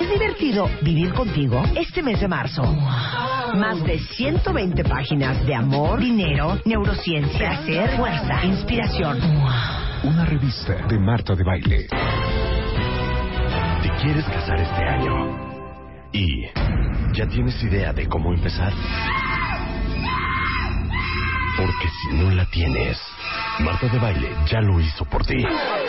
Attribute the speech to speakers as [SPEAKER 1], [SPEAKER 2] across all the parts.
[SPEAKER 1] Es divertido vivir contigo este mes de marzo. Más de 120 páginas de amor, dinero, neurociencia, placer, fuerza, inspiración.
[SPEAKER 2] Una revista de Marta de Baile. ¿Te quieres casar este año? ¿Y ya tienes idea de cómo empezar? Porque si no la tienes, Marta de Baile ya lo hizo por ti.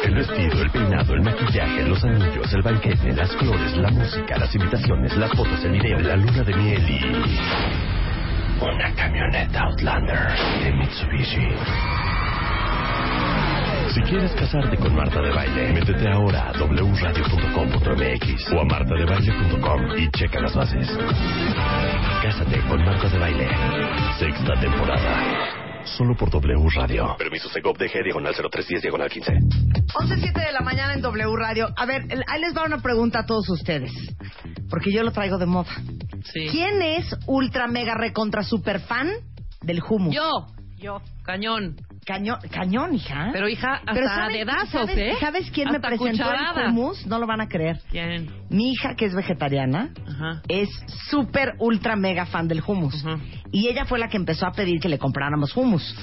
[SPEAKER 2] El vestido, el peinado, el maquillaje, los anillos, el banquete, las flores, la música, las invitaciones, las fotos, el video, la luna de miel y... Una camioneta Outlander de Mitsubishi. Si quieres casarte con Marta de Baile, métete ahora a wradio.com.mx o a martadebaile.com y checa las bases. Cásate con Marta de Baile. Sexta temporada. Solo por W Radio. Permiso Segov DG diagonal 0310 diagonal 15.
[SPEAKER 1] 11.07 de la mañana en W Radio. A ver, el- ahí les va una pregunta a todos ustedes. Porque yo lo traigo de moda.
[SPEAKER 3] Sí.
[SPEAKER 1] ¿Quién es ultra mega recontra super fan del humus?
[SPEAKER 3] Yo. Yo. Cañón.
[SPEAKER 1] Cañón, cañón, hija.
[SPEAKER 3] Pero hija, hasta
[SPEAKER 1] Pero ¿saben-
[SPEAKER 3] dedazos,
[SPEAKER 1] ¿sabes,
[SPEAKER 3] ¿eh?
[SPEAKER 1] ¿Sabes quién me
[SPEAKER 3] Hasta
[SPEAKER 1] presentó el
[SPEAKER 3] cucharadas.
[SPEAKER 1] hummus? No lo van a creer.
[SPEAKER 3] ¿Quién?
[SPEAKER 1] Mi hija, que es vegetariana,
[SPEAKER 3] Ajá.
[SPEAKER 1] es súper ultra mega fan del hummus.
[SPEAKER 3] Ujú.
[SPEAKER 1] Y ella fue la que empezó a pedir que le compráramos hummus.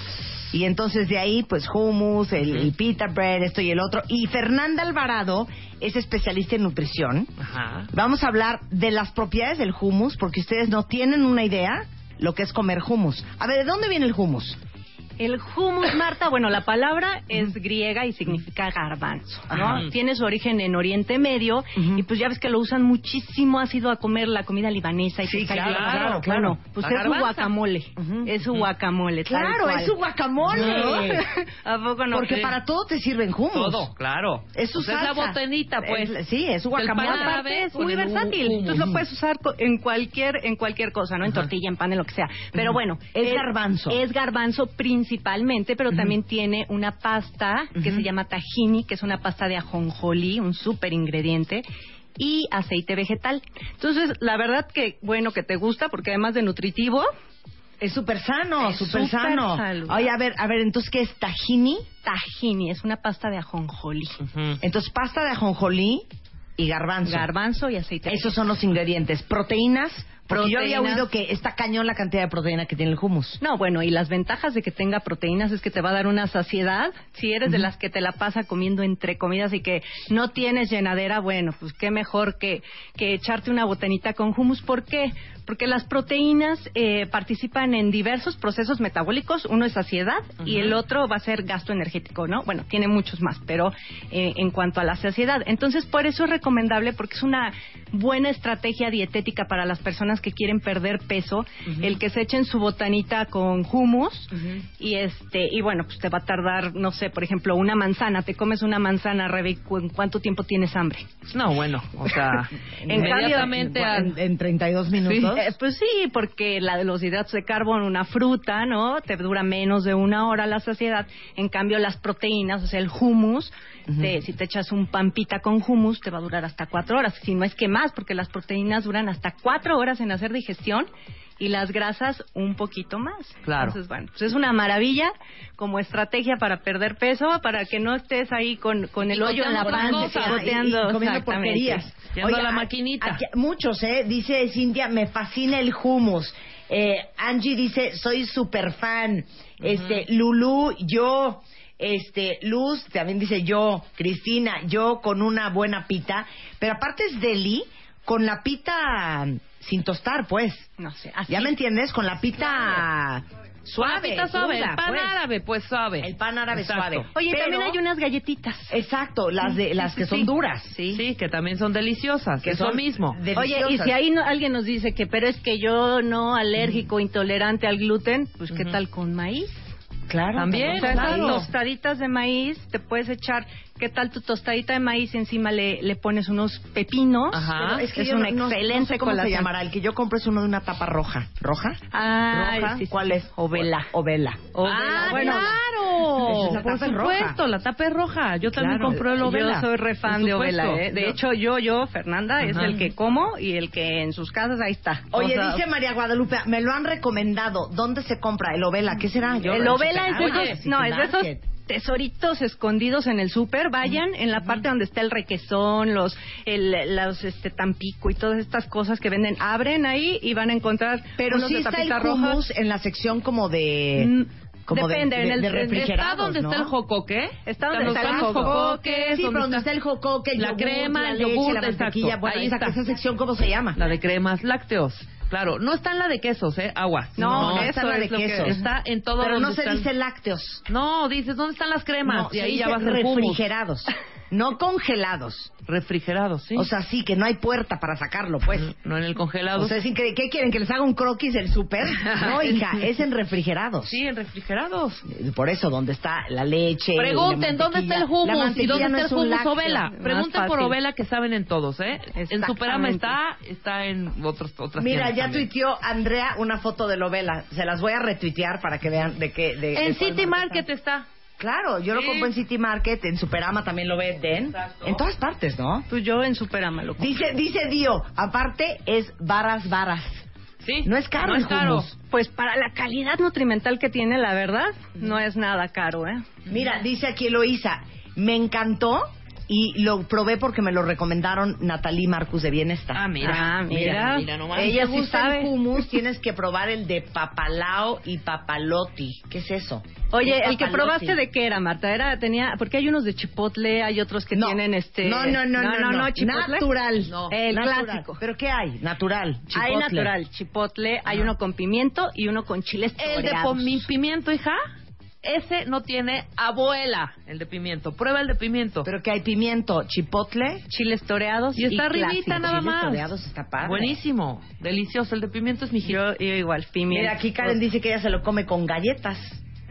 [SPEAKER 1] Y entonces de ahí, pues hummus, el, el pita bread, esto y el otro. Y Fernanda Alvarado es especialista en nutrición.
[SPEAKER 3] Ajá.
[SPEAKER 1] Vamos a hablar de las propiedades del hummus, porque ustedes no tienen una idea lo que es comer hummus. A ver, ¿de dónde viene el hummus?
[SPEAKER 4] El humus, Marta, bueno, la palabra es griega y significa garbanzo, ¿no?
[SPEAKER 3] Ajá.
[SPEAKER 4] Tiene su origen en Oriente Medio
[SPEAKER 1] Mm. Ujú.
[SPEAKER 4] y pues ya ves que lo usan muchísimo, ha sido a comer la comida libanesa y
[SPEAKER 1] Sí,
[SPEAKER 4] pescado.
[SPEAKER 3] claro, claro,
[SPEAKER 1] claro.
[SPEAKER 4] Bueno, pues
[SPEAKER 3] La
[SPEAKER 4] es su
[SPEAKER 3] garbanza.
[SPEAKER 4] guacamole,
[SPEAKER 1] Ujú.
[SPEAKER 4] es su
[SPEAKER 3] Ujú.
[SPEAKER 4] guacamole. tal
[SPEAKER 1] Claro,
[SPEAKER 4] cual.
[SPEAKER 1] es su guacamole.
[SPEAKER 4] Sí. ¿A poco no?
[SPEAKER 1] Porque
[SPEAKER 4] Sí.
[SPEAKER 1] para todo te sirven hummus.
[SPEAKER 3] Todo, claro.
[SPEAKER 1] Es su
[SPEAKER 3] Pues es la
[SPEAKER 1] salsa.
[SPEAKER 3] botanita, pues.
[SPEAKER 1] Es- sí, es su
[SPEAKER 3] Del pan
[SPEAKER 1] guacamole.
[SPEAKER 3] árabe
[SPEAKER 4] Aparte, es
[SPEAKER 3] con
[SPEAKER 4] muy
[SPEAKER 3] el hu-
[SPEAKER 4] versátil,
[SPEAKER 3] hummus.
[SPEAKER 4] entonces lo puedes usar co- en cualquier en cualquier cosa, ¿no? En tortilla, en pan, en lo que sea. Pero bueno, eh,
[SPEAKER 1] Es garbanzo.
[SPEAKER 4] Es garbanzo principalmente, pero también tiene una pasta que
[SPEAKER 1] Ujú.
[SPEAKER 4] se llama tahini, que es una pasta de ajonjolí, un súper ingrediente y aceite vegetal. Entonces, la verdad que bueno que te gusta porque además de nutritivo,
[SPEAKER 1] Es súper sano,
[SPEAKER 4] Es
[SPEAKER 1] súper
[SPEAKER 4] súper
[SPEAKER 1] sano.
[SPEAKER 4] saludable.
[SPEAKER 1] Oye, a ver, a ver, entonces, ¿qué es tahini?
[SPEAKER 4] tahini es una pasta de ajonjolí.
[SPEAKER 3] Ujú.
[SPEAKER 1] Entonces, pasta de ajonjolí y garbanzo.
[SPEAKER 4] Garbanzo y aceite.
[SPEAKER 1] Esos son los ingredientes. Proteínas, porque yo había
[SPEAKER 4] Proteínas.
[SPEAKER 1] oído que está cañón la cantidad de proteína que tiene el hummus.
[SPEAKER 4] No, bueno, y las ventajas de que tenga proteínas es que te va a dar una saciedad. Si eres de
[SPEAKER 1] Ujú.
[SPEAKER 4] las que te la pasa comiendo entre comidas y que no tienes llenadera, bueno, pues qué mejor que, que echarte una botanita con hummus. ¿Por qué? Porque las proteínas eh, participan en diversos procesos metabólicos. Uno es saciedad y el otro va a ser gasto energético, ¿no? Bueno, tiene muchos más, pero eh, en cuanto a la saciedad. Entonces, por eso es recomendable, porque es una buena estrategia dietética para las personas que quieren perder peso, el que se echen su botanita con hummus y este y bueno, pues te va a tardar, no sé, por ejemplo, una manzana, te comes una manzana, Rebe, ¿cu- ¿en cuánto tiempo tienes hambre?
[SPEAKER 3] No, bueno, o sea,
[SPEAKER 4] En cambio,
[SPEAKER 3] inmediatamente a-
[SPEAKER 1] en, en 32 minutos.
[SPEAKER 4] Eh, pues sí, porque la, los hidratos de carbono, una fruta, ¿no? Te dura menos de una hora la saciedad. En cambio, las proteínas, o sea, el hummus, te- si te echas un pampita con hummus, te va a durar hasta cuatro horas, si no es que más, porque las proteínas duran hasta cuatro horas en hacer digestión y las grasas un poquito más.
[SPEAKER 3] Claro.
[SPEAKER 4] Entonces, bueno, pues es una maravilla como estrategia para perder peso, para que no estés ahí con, con el
[SPEAKER 3] Y
[SPEAKER 4] hoyo en la
[SPEAKER 3] coteando
[SPEAKER 4] panza,
[SPEAKER 3] cosas.
[SPEAKER 1] y-
[SPEAKER 4] picoteando,
[SPEAKER 1] y comiendo
[SPEAKER 4] exactamente.
[SPEAKER 1] porquerías.
[SPEAKER 3] Yendo a la
[SPEAKER 1] a-
[SPEAKER 3] maquinita.
[SPEAKER 1] aquí- muchos, ¿eh? Dice Cintia, me fascina el hummus. Eh, Angie dice, soy súper fan. Este, Lulú, yo. Este, Luz también dice yo. Cristina, yo con una buena pita. Pero aparte es deli con la pita mm, sin tostar, pues.
[SPEAKER 4] No sé, así
[SPEAKER 1] ¿Ya me entiendes? Con la pita suave.
[SPEAKER 3] Suave, está suave,
[SPEAKER 1] cruda,
[SPEAKER 3] el pan
[SPEAKER 1] pues.
[SPEAKER 3] árabe, pues suave.
[SPEAKER 1] El pan árabe
[SPEAKER 3] Exacto.
[SPEAKER 1] suave.
[SPEAKER 4] Oye,
[SPEAKER 1] Pero-
[SPEAKER 4] también hay unas galletitas.
[SPEAKER 1] Exacto, las de las que
[SPEAKER 3] Sí,
[SPEAKER 1] son
[SPEAKER 3] sí.
[SPEAKER 1] duras.
[SPEAKER 3] Sí. que también son deliciosas,
[SPEAKER 1] Que
[SPEAKER 3] es lo
[SPEAKER 1] son
[SPEAKER 3] mismo.
[SPEAKER 1] de-
[SPEAKER 4] Oye, y
[SPEAKER 1] deliciosas.
[SPEAKER 4] si ahí no- alguien nos dice que, pero es que yo no alérgico, intolerante al gluten, pues qué
[SPEAKER 3] Ujú.
[SPEAKER 4] tal con maíz?
[SPEAKER 1] Claro.
[SPEAKER 3] También,
[SPEAKER 4] O sea, esas
[SPEAKER 3] claro.
[SPEAKER 4] tostaditas de maíz, te puedes echar, ¿qué tal tu tostadita de maíz? Encima le, le pones unos pepinos.
[SPEAKER 3] Ajá. Pero
[SPEAKER 4] Es, que es
[SPEAKER 1] yo
[SPEAKER 4] una
[SPEAKER 1] no- no-
[SPEAKER 4] excelente
[SPEAKER 1] no sé cómo se
[SPEAKER 4] colación.
[SPEAKER 1] llamará. El que yo compro es uno de una tapa roja. ¿Roja?
[SPEAKER 4] Ah,
[SPEAKER 1] ¿Roja?
[SPEAKER 4] sí, sí.
[SPEAKER 1] ¿Cuál es? O vela. O vela.
[SPEAKER 3] ah,
[SPEAKER 4] bueno.
[SPEAKER 3] claro.
[SPEAKER 1] Esa es la
[SPEAKER 3] Por
[SPEAKER 1] tapa es roja.
[SPEAKER 3] supuesto, la tapa es roja. Yo también
[SPEAKER 1] Claro.
[SPEAKER 3] compro el Ovela.
[SPEAKER 4] Yo soy re fan
[SPEAKER 3] Por
[SPEAKER 4] de
[SPEAKER 3] supuesto.
[SPEAKER 4] Ovela, ¿eh? De
[SPEAKER 3] Yo-
[SPEAKER 4] hecho, yo, yo, Fernanda, es
[SPEAKER 3] Ajá.
[SPEAKER 4] el que como y el que en sus casas ahí está.
[SPEAKER 1] Oye,
[SPEAKER 4] O sea,
[SPEAKER 1] dice María Guadalupe, me lo han recomendado. ¿Dónde se compra el ovela? ¿Qué será? Yo
[SPEAKER 4] el
[SPEAKER 1] lo
[SPEAKER 4] Ovela es de
[SPEAKER 1] checaré.
[SPEAKER 4] esos, no, es de
[SPEAKER 1] Market.
[SPEAKER 4] esos tesoritos escondidos en el súper. Vayan en la parte donde está el requesón, los, el, los este, tampico y todas estas cosas que venden. Abren ahí y van a encontrar
[SPEAKER 1] Pero
[SPEAKER 4] unos
[SPEAKER 1] sí
[SPEAKER 4] de
[SPEAKER 1] está el
[SPEAKER 4] tapita roja.
[SPEAKER 1] hummus en la sección como de...
[SPEAKER 4] Mm,
[SPEAKER 1] Como de-
[SPEAKER 4] depende,
[SPEAKER 1] de,
[SPEAKER 4] en el-
[SPEAKER 1] de
[SPEAKER 4] en- está
[SPEAKER 1] refrigerados,
[SPEAKER 3] Está donde
[SPEAKER 1] ¿no?
[SPEAKER 3] está el jocoque.
[SPEAKER 4] Está donde
[SPEAKER 3] Los
[SPEAKER 4] está el
[SPEAKER 3] famosos
[SPEAKER 4] jocoque,
[SPEAKER 3] jocoques,
[SPEAKER 1] Sí, pero donde está el jocoque, el
[SPEAKER 3] la
[SPEAKER 1] yogur,
[SPEAKER 3] crema,
[SPEAKER 1] la
[SPEAKER 3] el
[SPEAKER 1] leche,
[SPEAKER 3] yogur,
[SPEAKER 1] la mantequilla.
[SPEAKER 3] exacto.
[SPEAKER 1] Bueno,
[SPEAKER 3] Ahí
[SPEAKER 1] esa,
[SPEAKER 3] está.
[SPEAKER 1] esa sección, ¿cómo se llama?
[SPEAKER 3] La de cremas lácteos. Claro, no está en la de quesos, ¿eh? Agua.
[SPEAKER 1] No, no
[SPEAKER 3] eso
[SPEAKER 1] está en la de
[SPEAKER 3] es lo que-
[SPEAKER 1] quesos.
[SPEAKER 3] Está en todo
[SPEAKER 1] Pero
[SPEAKER 3] donde
[SPEAKER 1] no se
[SPEAKER 3] están-
[SPEAKER 1] dice lácteos.
[SPEAKER 3] No, dices, ¿dónde están las cremas?
[SPEAKER 1] No,
[SPEAKER 3] y
[SPEAKER 1] se
[SPEAKER 3] ahí ya
[SPEAKER 1] dice
[SPEAKER 3] va a ser hummus.
[SPEAKER 1] refrigerados, no congelados.
[SPEAKER 3] Refrigerado, sí.
[SPEAKER 1] O sea, sí, que no hay puerta para sacarlo, pues.
[SPEAKER 3] no en el congelado.
[SPEAKER 1] O sea, es increíble. ¿qué quieren? ¿Que les haga un croquis del súper? No, hija, es en refrigerados. Eh,
[SPEAKER 3] sí, en refrigerados.
[SPEAKER 1] Por eso, ¿dónde está la leche?
[SPEAKER 3] Pregunten,
[SPEAKER 1] la
[SPEAKER 3] ¿dónde está
[SPEAKER 1] mantequilla? La
[SPEAKER 3] el hummus? ¿Y
[SPEAKER 1] mantequilla
[SPEAKER 3] dónde
[SPEAKER 1] no
[SPEAKER 3] está
[SPEAKER 1] es
[SPEAKER 3] el
[SPEAKER 1] un
[SPEAKER 3] hummus
[SPEAKER 1] lácteo.
[SPEAKER 3] ovela?
[SPEAKER 4] Más
[SPEAKER 3] Pregunten por
[SPEAKER 4] fácil.
[SPEAKER 3] ovela que saben en todos, ¿eh? En
[SPEAKER 4] Exactamente.
[SPEAKER 3] Superama está, está en otros, otras
[SPEAKER 1] Mira,
[SPEAKER 3] tiendas
[SPEAKER 1] ya
[SPEAKER 3] también. Eh,
[SPEAKER 1] tuiteó Andrea una foto de Lovela. Se las voy a retuitear para que vean de qué. de- de
[SPEAKER 3] En
[SPEAKER 1] cuál
[SPEAKER 3] City
[SPEAKER 1] marca
[SPEAKER 3] Market
[SPEAKER 1] está.
[SPEAKER 3] está.
[SPEAKER 1] Claro, yo lo
[SPEAKER 3] Sí.
[SPEAKER 1] compro en City Market, en Superama también lo venden.
[SPEAKER 3] Exacto.
[SPEAKER 1] En todas partes, ¿no?
[SPEAKER 4] Pues yo en Superama lo compro.
[SPEAKER 1] Dice, dice Dio, aparte es varas, varas.
[SPEAKER 3] Sí.
[SPEAKER 1] No es caro
[SPEAKER 3] No
[SPEAKER 1] el
[SPEAKER 3] es caro.
[SPEAKER 1] hummus.
[SPEAKER 4] Pues para la calidad nutrimental que tiene, la verdad, no es nada caro, ¿eh?
[SPEAKER 1] Mira, dice aquí Eloisa, me encantó y lo probé porque me lo recomendaron Natalie Marcus de Bienestar.
[SPEAKER 3] Ah, mira.
[SPEAKER 4] Ah,
[SPEAKER 3] mira.
[SPEAKER 4] mira.
[SPEAKER 3] Mira nomás.
[SPEAKER 4] Eh,
[SPEAKER 1] Ella
[SPEAKER 4] Ella sí
[SPEAKER 1] gusta el
[SPEAKER 4] sabe.
[SPEAKER 1] hummus, tienes que probar el de papalao y papaloti. ¿Qué es eso?
[SPEAKER 4] Oye,
[SPEAKER 1] Es
[SPEAKER 4] el que
[SPEAKER 1] papalotti.
[SPEAKER 4] probaste de qué era, Marta, era tenía porque hay unos de chipotle, hay otros que
[SPEAKER 1] No.
[SPEAKER 4] tienen este
[SPEAKER 1] No, no, no, no, no.
[SPEAKER 4] chipotle.
[SPEAKER 1] Natural.
[SPEAKER 3] No.
[SPEAKER 4] el
[SPEAKER 1] Natural.
[SPEAKER 4] clásico.
[SPEAKER 1] ¿Pero qué hay? Natural. chipotle.
[SPEAKER 4] Hay natural, chipotle, hay uno con pimiento y uno con chiles
[SPEAKER 3] El de
[SPEAKER 4] toreados.
[SPEAKER 3] pomi- pimiento, hija, ese no tiene abuela, el de pimiento. Prueba el de pimiento.
[SPEAKER 1] ¿Pero qué hay? Pimiento, chipotle.
[SPEAKER 4] chiles toreados
[SPEAKER 3] y está arribita
[SPEAKER 4] clásicos.
[SPEAKER 3] nada
[SPEAKER 1] Chiles
[SPEAKER 3] más.
[SPEAKER 1] toreados está padre.
[SPEAKER 3] Buenísimo, delicioso. El de pimiento es mi hijito.
[SPEAKER 4] Yo, yo igual, pimiento.
[SPEAKER 1] Mira, aquí Karen dice que ella se lo come con galletas.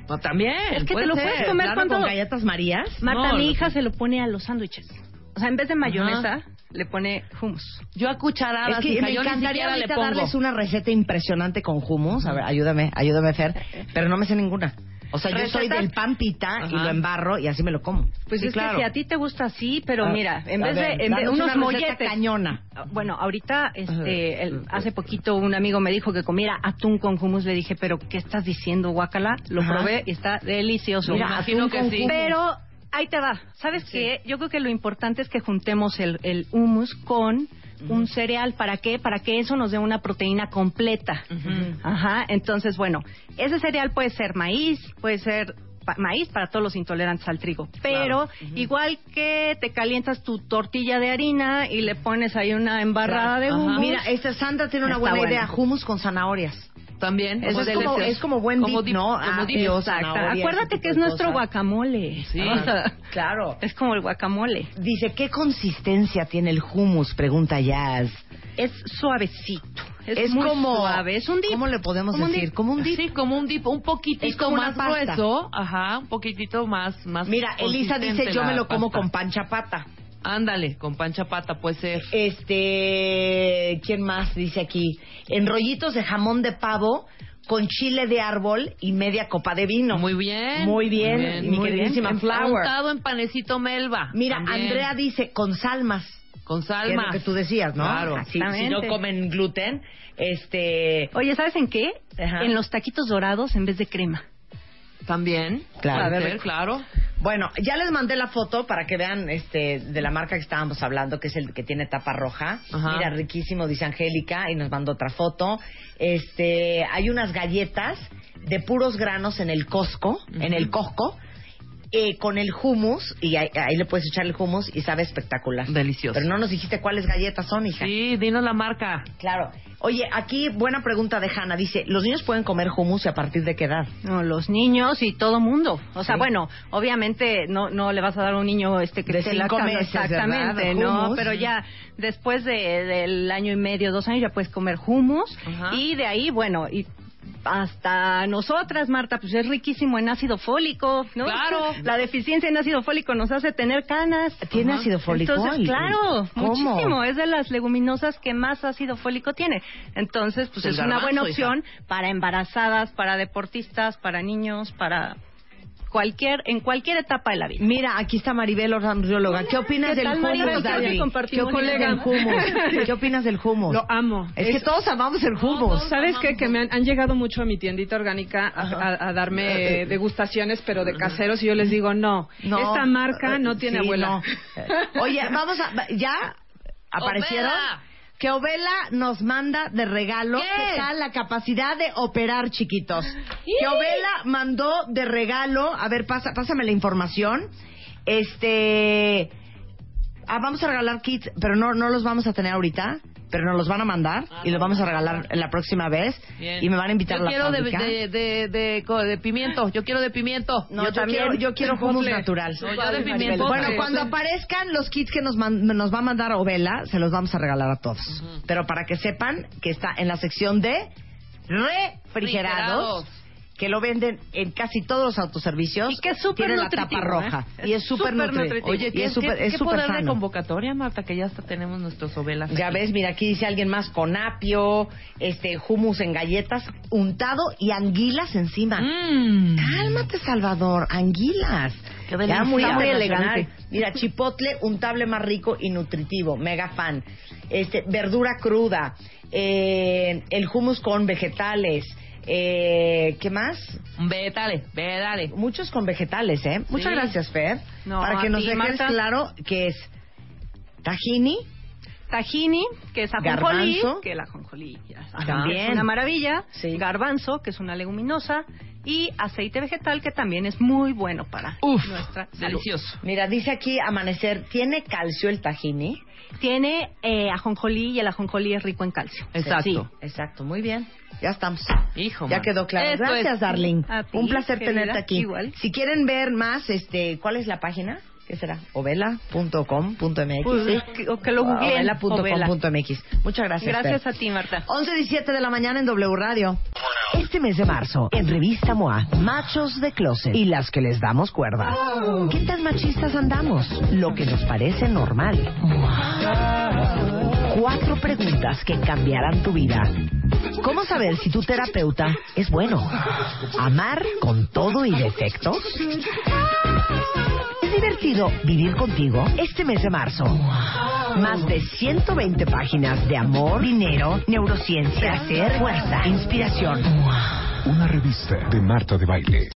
[SPEAKER 3] No, también.
[SPEAKER 4] Es que te
[SPEAKER 3] puede
[SPEAKER 4] lo
[SPEAKER 3] ser,
[SPEAKER 4] puedes comer
[SPEAKER 3] claro,
[SPEAKER 4] con
[SPEAKER 1] ¿Con
[SPEAKER 4] todo.
[SPEAKER 1] galletas Marías?
[SPEAKER 4] Marta,
[SPEAKER 3] No,
[SPEAKER 4] mi
[SPEAKER 3] lo-
[SPEAKER 4] hija se lo pone a los sándwiches. O sea, en vez de mayonesa, le pone hummus.
[SPEAKER 3] Yo a cucharadas,
[SPEAKER 1] Es que
[SPEAKER 3] hija,
[SPEAKER 1] me
[SPEAKER 3] yo ni
[SPEAKER 1] encantaría
[SPEAKER 3] siquiera le
[SPEAKER 1] ahorita
[SPEAKER 3] pongo.
[SPEAKER 1] darles una receta impresionante con hummus. A ver, ayúdame, ayúdame, Fer. Pero no me sé ninguna. O sea, yo soy
[SPEAKER 4] ¿Recetas?
[SPEAKER 1] del pan pita y
[SPEAKER 3] Ajá.
[SPEAKER 1] lo embarro y así me lo como.
[SPEAKER 4] Pues
[SPEAKER 3] Sí,
[SPEAKER 4] es
[SPEAKER 3] claro.
[SPEAKER 4] que si a ti te gusta así, pero
[SPEAKER 1] Ah,
[SPEAKER 4] mira, en
[SPEAKER 1] a
[SPEAKER 4] vez
[SPEAKER 1] ver,
[SPEAKER 4] de, en vez-
[SPEAKER 1] danos
[SPEAKER 4] unos
[SPEAKER 1] una receta
[SPEAKER 4] molletes.
[SPEAKER 1] cañona.
[SPEAKER 4] Ah, Bueno, ahorita,
[SPEAKER 3] Ajá.
[SPEAKER 4] este, el- hace poquito un amigo me dijo que comiera atún con hummus. Le dije, pero ¿qué estás diciendo, guacala? Lo
[SPEAKER 1] Ajá.
[SPEAKER 4] probé y está delicioso.
[SPEAKER 3] Mira, imagino
[SPEAKER 4] atún
[SPEAKER 3] que
[SPEAKER 4] con
[SPEAKER 3] sí.
[SPEAKER 4] hummus. Pero ahí te va. ¿Sabes qué? Yo creo que lo importante es que juntemos el, el hummus con un cereal. ¿Para qué? Para que eso nos dé una proteína completa.
[SPEAKER 3] Ujú.
[SPEAKER 4] Ajá, entonces bueno, ese cereal puede ser maíz, puede ser pa- maíz para todos los intolerantes al trigo, pero igual que te calientas tu tortilla de harina y le pones ahí una embarrada
[SPEAKER 3] Claro,
[SPEAKER 4] de
[SPEAKER 3] ajá.
[SPEAKER 4] hummus.
[SPEAKER 1] Mira, esta Sandra tiene una
[SPEAKER 4] Está
[SPEAKER 1] buena
[SPEAKER 4] bueno.
[SPEAKER 1] idea. Hummus con zanahorias.
[SPEAKER 3] También.
[SPEAKER 1] Eso es como,
[SPEAKER 3] delicioso.
[SPEAKER 1] es como buen dip,
[SPEAKER 3] dip,
[SPEAKER 1] ¿no?
[SPEAKER 3] Como
[SPEAKER 1] Ah,
[SPEAKER 3] dip.
[SPEAKER 1] exacto.
[SPEAKER 4] Exacta.
[SPEAKER 1] zanahorias, ese
[SPEAKER 4] Acuérdate
[SPEAKER 1] tipo
[SPEAKER 4] que es
[SPEAKER 1] de
[SPEAKER 4] nuestro
[SPEAKER 1] cosas.
[SPEAKER 4] guacamole.
[SPEAKER 3] Sí.
[SPEAKER 4] O sea,
[SPEAKER 1] Claro.
[SPEAKER 4] es como el guacamole.
[SPEAKER 1] Dice, ¿qué consistencia tiene el hummus? Pregunta Jazz.
[SPEAKER 4] Es suavecito. Es,
[SPEAKER 1] Es
[SPEAKER 4] muy
[SPEAKER 1] como-
[SPEAKER 4] suave. Es un dip.
[SPEAKER 1] ¿cómo le podemos
[SPEAKER 4] Como un
[SPEAKER 1] decir?
[SPEAKER 4] dip.
[SPEAKER 1] Como un dip.
[SPEAKER 3] Sí, como un dip, un
[SPEAKER 1] Es
[SPEAKER 3] poquitito
[SPEAKER 1] como una
[SPEAKER 3] más
[SPEAKER 1] pasta.
[SPEAKER 3] grueso, ajá, un poquitito más, más.
[SPEAKER 1] Mira, Elisa dice,
[SPEAKER 3] consistente
[SPEAKER 1] yo me
[SPEAKER 3] la
[SPEAKER 1] lo como
[SPEAKER 3] pasta".
[SPEAKER 1] con pan chapata.
[SPEAKER 3] Ándale, con pancha pata puede ser.
[SPEAKER 1] Este, ¿quién más dice aquí? En rollitos de jamón de pavo con chile de árbol y media copa de vino.
[SPEAKER 3] Muy bien.
[SPEAKER 1] Muy bien, mi queridísima Flower.
[SPEAKER 3] Untado en panecito melva.
[SPEAKER 1] Mira,
[SPEAKER 3] También.
[SPEAKER 1] Andrea dice con salmas.
[SPEAKER 3] Con
[SPEAKER 1] que es
[SPEAKER 3] salma.
[SPEAKER 1] lo que tú decías, ¿no?
[SPEAKER 3] Claro.
[SPEAKER 1] Ah, sí, Si, no
[SPEAKER 4] Exactamente.
[SPEAKER 1] comen gluten, este,
[SPEAKER 4] Oye, ¿sabes en qué?
[SPEAKER 1] Ajá.
[SPEAKER 4] En los taquitos dorados en vez de crema.
[SPEAKER 3] También.
[SPEAKER 1] Claro.
[SPEAKER 3] Puede ser, claro.
[SPEAKER 1] Bueno, ya les mandé la foto para que vean este de la marca que estábamos hablando, que es el que tiene tapa roja.
[SPEAKER 3] Ajá.
[SPEAKER 1] Mira, riquísimo, dice Angélica, y nos mandó otra foto. Este, hay unas galletas de puros granos en el Costco, en el Costco, eh, con el hummus, y ahí, ahí le puedes echar el hummus y sabe espectacular.
[SPEAKER 3] Delicioso.
[SPEAKER 1] Pero no nos dijiste cuáles galletas son, hija.
[SPEAKER 3] Sí, dinos la marca.
[SPEAKER 1] Claro. Oye, aquí buena pregunta de Hanna. Dice, ¿los niños pueden comer hummus y a partir de qué edad?
[SPEAKER 4] No, los niños y todo mundo. O sea,
[SPEAKER 1] Sí.
[SPEAKER 4] bueno, obviamente no no le vas a dar a un niño este que
[SPEAKER 1] De
[SPEAKER 4] esté en la
[SPEAKER 1] cinco
[SPEAKER 4] cama,
[SPEAKER 1] meses, ¿verdad?
[SPEAKER 4] exactamente,
[SPEAKER 1] Hummus.
[SPEAKER 4] no, pero ya después de- del año y medio, dos años ya puedes comer hummus
[SPEAKER 3] Ajá.
[SPEAKER 4] y de ahí, bueno, y hasta nosotras, Marta, pues es riquísimo en ácido fólico, ¿no?
[SPEAKER 3] Claro.
[SPEAKER 4] La deficiencia en ácido fólico nos hace tener canas.
[SPEAKER 1] ¿Tiene ácido fólico?
[SPEAKER 4] Entonces,
[SPEAKER 1] Ay,
[SPEAKER 4] claro,
[SPEAKER 1] ¿cómo?
[SPEAKER 4] muchísimo. Es de las leguminosas que más ácido fólico tiene. Entonces, pues
[SPEAKER 3] El
[SPEAKER 4] es una buena
[SPEAKER 3] garbanzo, hija.
[SPEAKER 4] opción para embarazadas, para deportistas, para niños, para cualquier, en cualquier etapa de la vida.
[SPEAKER 1] Mira, aquí está Maribel Orsan, bióloga. ¿Qué opinas
[SPEAKER 4] ¿Qué
[SPEAKER 1] del
[SPEAKER 4] tal,
[SPEAKER 1] humus,
[SPEAKER 4] Maribel? Creo que
[SPEAKER 1] Adri? ¿Qué
[SPEAKER 4] compartimos
[SPEAKER 1] opinas
[SPEAKER 4] idea.
[SPEAKER 1] del humus? ¿Qué opinas del humus?
[SPEAKER 5] Lo amo.
[SPEAKER 1] Es que todos amamos el humus.
[SPEAKER 5] ¿Sabes qué? Que me han, han llegado mucho a mi tiendita orgánica a, a- a darme eh, degustaciones, pero de caseros, y yo les digo, no,
[SPEAKER 1] No.
[SPEAKER 5] esta marca no tiene
[SPEAKER 1] Sí,
[SPEAKER 5] abuela.
[SPEAKER 1] no. Oye, vamos a... ¿Ya? ¿Aparecieron?
[SPEAKER 3] Ovela.
[SPEAKER 1] Que Ovela nos manda de regalo
[SPEAKER 3] ¿Qué?
[SPEAKER 1] ¿qué tal la capacidad de operar, chiquitos. Que Ovela mandó de regalo... A ver, pasa, pásame la información. Este... Ah, vamos a regalar kits, pero no, no los vamos a tener ahorita. Pero nos los van a mandar
[SPEAKER 3] Ah,
[SPEAKER 1] y los vamos a regalar la próxima vez.
[SPEAKER 3] Bien.
[SPEAKER 1] Y me van a invitar
[SPEAKER 3] yo
[SPEAKER 1] a la
[SPEAKER 3] quiero de,
[SPEAKER 1] fábrica.
[SPEAKER 3] de, de, de, co- de pimiento. Yo quiero de pimiento.
[SPEAKER 1] No, yo, quiero, yo quiero hummus natural.
[SPEAKER 3] No, yo de pimiento. este-
[SPEAKER 1] Bueno,
[SPEAKER 3] Sí.
[SPEAKER 1] cuando aparezcan los kits que nos, man- nos va a mandar Ovela, se los vamos a regalar a todos. Pero para que sepan que está en la sección de refrigerados,
[SPEAKER 3] Refrigerados.
[SPEAKER 1] que lo venden en casi todos los autoservicios.
[SPEAKER 4] Y que es súper
[SPEAKER 1] Tiene la tapa
[SPEAKER 4] nutritivo,
[SPEAKER 1] roja.
[SPEAKER 4] ¿eh?
[SPEAKER 1] Y es súper
[SPEAKER 4] súper
[SPEAKER 1] nutri-
[SPEAKER 4] nutritivo.
[SPEAKER 1] Oye,
[SPEAKER 3] Oye,
[SPEAKER 1] y
[SPEAKER 3] ¿qué,
[SPEAKER 1] es súper
[SPEAKER 3] qué-
[SPEAKER 1] es
[SPEAKER 3] qué
[SPEAKER 1] súper
[SPEAKER 3] poder de
[SPEAKER 1] sano.
[SPEAKER 3] convocatoria, Marta? Que ya hasta tenemos nuestros ovelas.
[SPEAKER 1] Ya
[SPEAKER 3] aquí.
[SPEAKER 1] ves, mira, aquí dice alguien más con apio, este, hummus en galletas, untado y anguilas encima.
[SPEAKER 3] Mm.
[SPEAKER 1] Cálmate, Salvador, anguilas.
[SPEAKER 3] Qué delicia.
[SPEAKER 1] Ya muy,
[SPEAKER 3] Está
[SPEAKER 1] muy
[SPEAKER 3] muy
[SPEAKER 1] elegante.
[SPEAKER 3] elegante.
[SPEAKER 1] Mira, chipotle, untable más rico y nutritivo, mega fan. Este, verdura cruda, eh, el hummus con vegetales, eh, ¿qué más?
[SPEAKER 3] Ve, dale, ve, dale.
[SPEAKER 1] Muchos con vegetales, ¿eh? Muchas
[SPEAKER 3] Sí.
[SPEAKER 1] gracias, Fer.
[SPEAKER 4] No,
[SPEAKER 1] Para que
[SPEAKER 4] a
[SPEAKER 1] nos
[SPEAKER 4] ti,
[SPEAKER 1] dejes
[SPEAKER 4] Marta.
[SPEAKER 1] claro que es tajini,
[SPEAKER 4] Tajini, que es ajonjolí,
[SPEAKER 1] Garbanzo.
[SPEAKER 4] que la ajonjolí ya sabes,
[SPEAKER 1] También.
[SPEAKER 4] es una maravilla,
[SPEAKER 1] Sí.
[SPEAKER 4] garbanzo, que es una leguminosa, y aceite vegetal, que también es muy bueno para
[SPEAKER 3] Uf,
[SPEAKER 4] nuestra salud.
[SPEAKER 3] delicioso.
[SPEAKER 1] Mira, dice aquí Amanecer, ¿tiene calcio el tajini?
[SPEAKER 4] Tiene eh, ajonjolí y el ajonjolí es rico en calcio.
[SPEAKER 3] Exacto.
[SPEAKER 1] Sí, exacto, muy bien. Ya estamos.
[SPEAKER 3] Hijo,
[SPEAKER 1] ya
[SPEAKER 3] man.
[SPEAKER 1] quedó claro.
[SPEAKER 4] Esto
[SPEAKER 1] Gracias,
[SPEAKER 4] es.
[SPEAKER 1] darling.
[SPEAKER 4] A ti,
[SPEAKER 1] Un placer
[SPEAKER 4] querida.
[SPEAKER 1] tenerte aquí.
[SPEAKER 4] Igual.
[SPEAKER 1] Si quieren ver más, este, ¿cuál es la página? ¿Qué será? Ovela.com.mx.
[SPEAKER 4] Pues,
[SPEAKER 1] ¿sí?
[SPEAKER 4] que- o que lo googleen, Ovela.
[SPEAKER 1] Ovela.com.mx. Muchas gracias.
[SPEAKER 4] Gracias
[SPEAKER 1] Fer.
[SPEAKER 4] a ti, Marta.
[SPEAKER 1] 11.17 de la mañana en W Radio. Este mes de marzo, en Revista MOA, machos de closet y las que les damos cuerda. ¿Qué tan machistas andamos? Lo que nos parece normal. MOA. Cuatro preguntas que cambiarán tu vida. ¿Cómo saber si tu terapeuta es bueno? ¿Amar con todo y defectos? ¿Es divertido vivir contigo este mes de marzo? Más de 120 páginas de amor, dinero, neurociencia, placer, fuerza, inspiración.
[SPEAKER 2] Una revista de Marta de Baile.